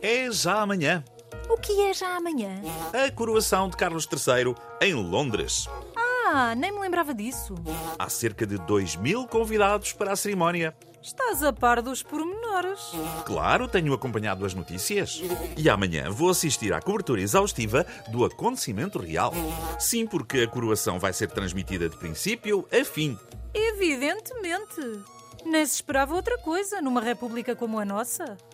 É já amanhã O que é já amanhã? a coroação de Carlos III em Londres. Ah, nem me lembrava disso. Há cerca de 2 mil convidados para a cerimónia. Estás a par dos pormenores. Claro, tenho acompanhado as notícias. E amanhã vou assistir à cobertura exaustiva do acontecimento real. Sim, porque a coroação vai ser transmitida de princípio a fim. Evidentemente. Nem se esperava outra coisa numa república como a nossa.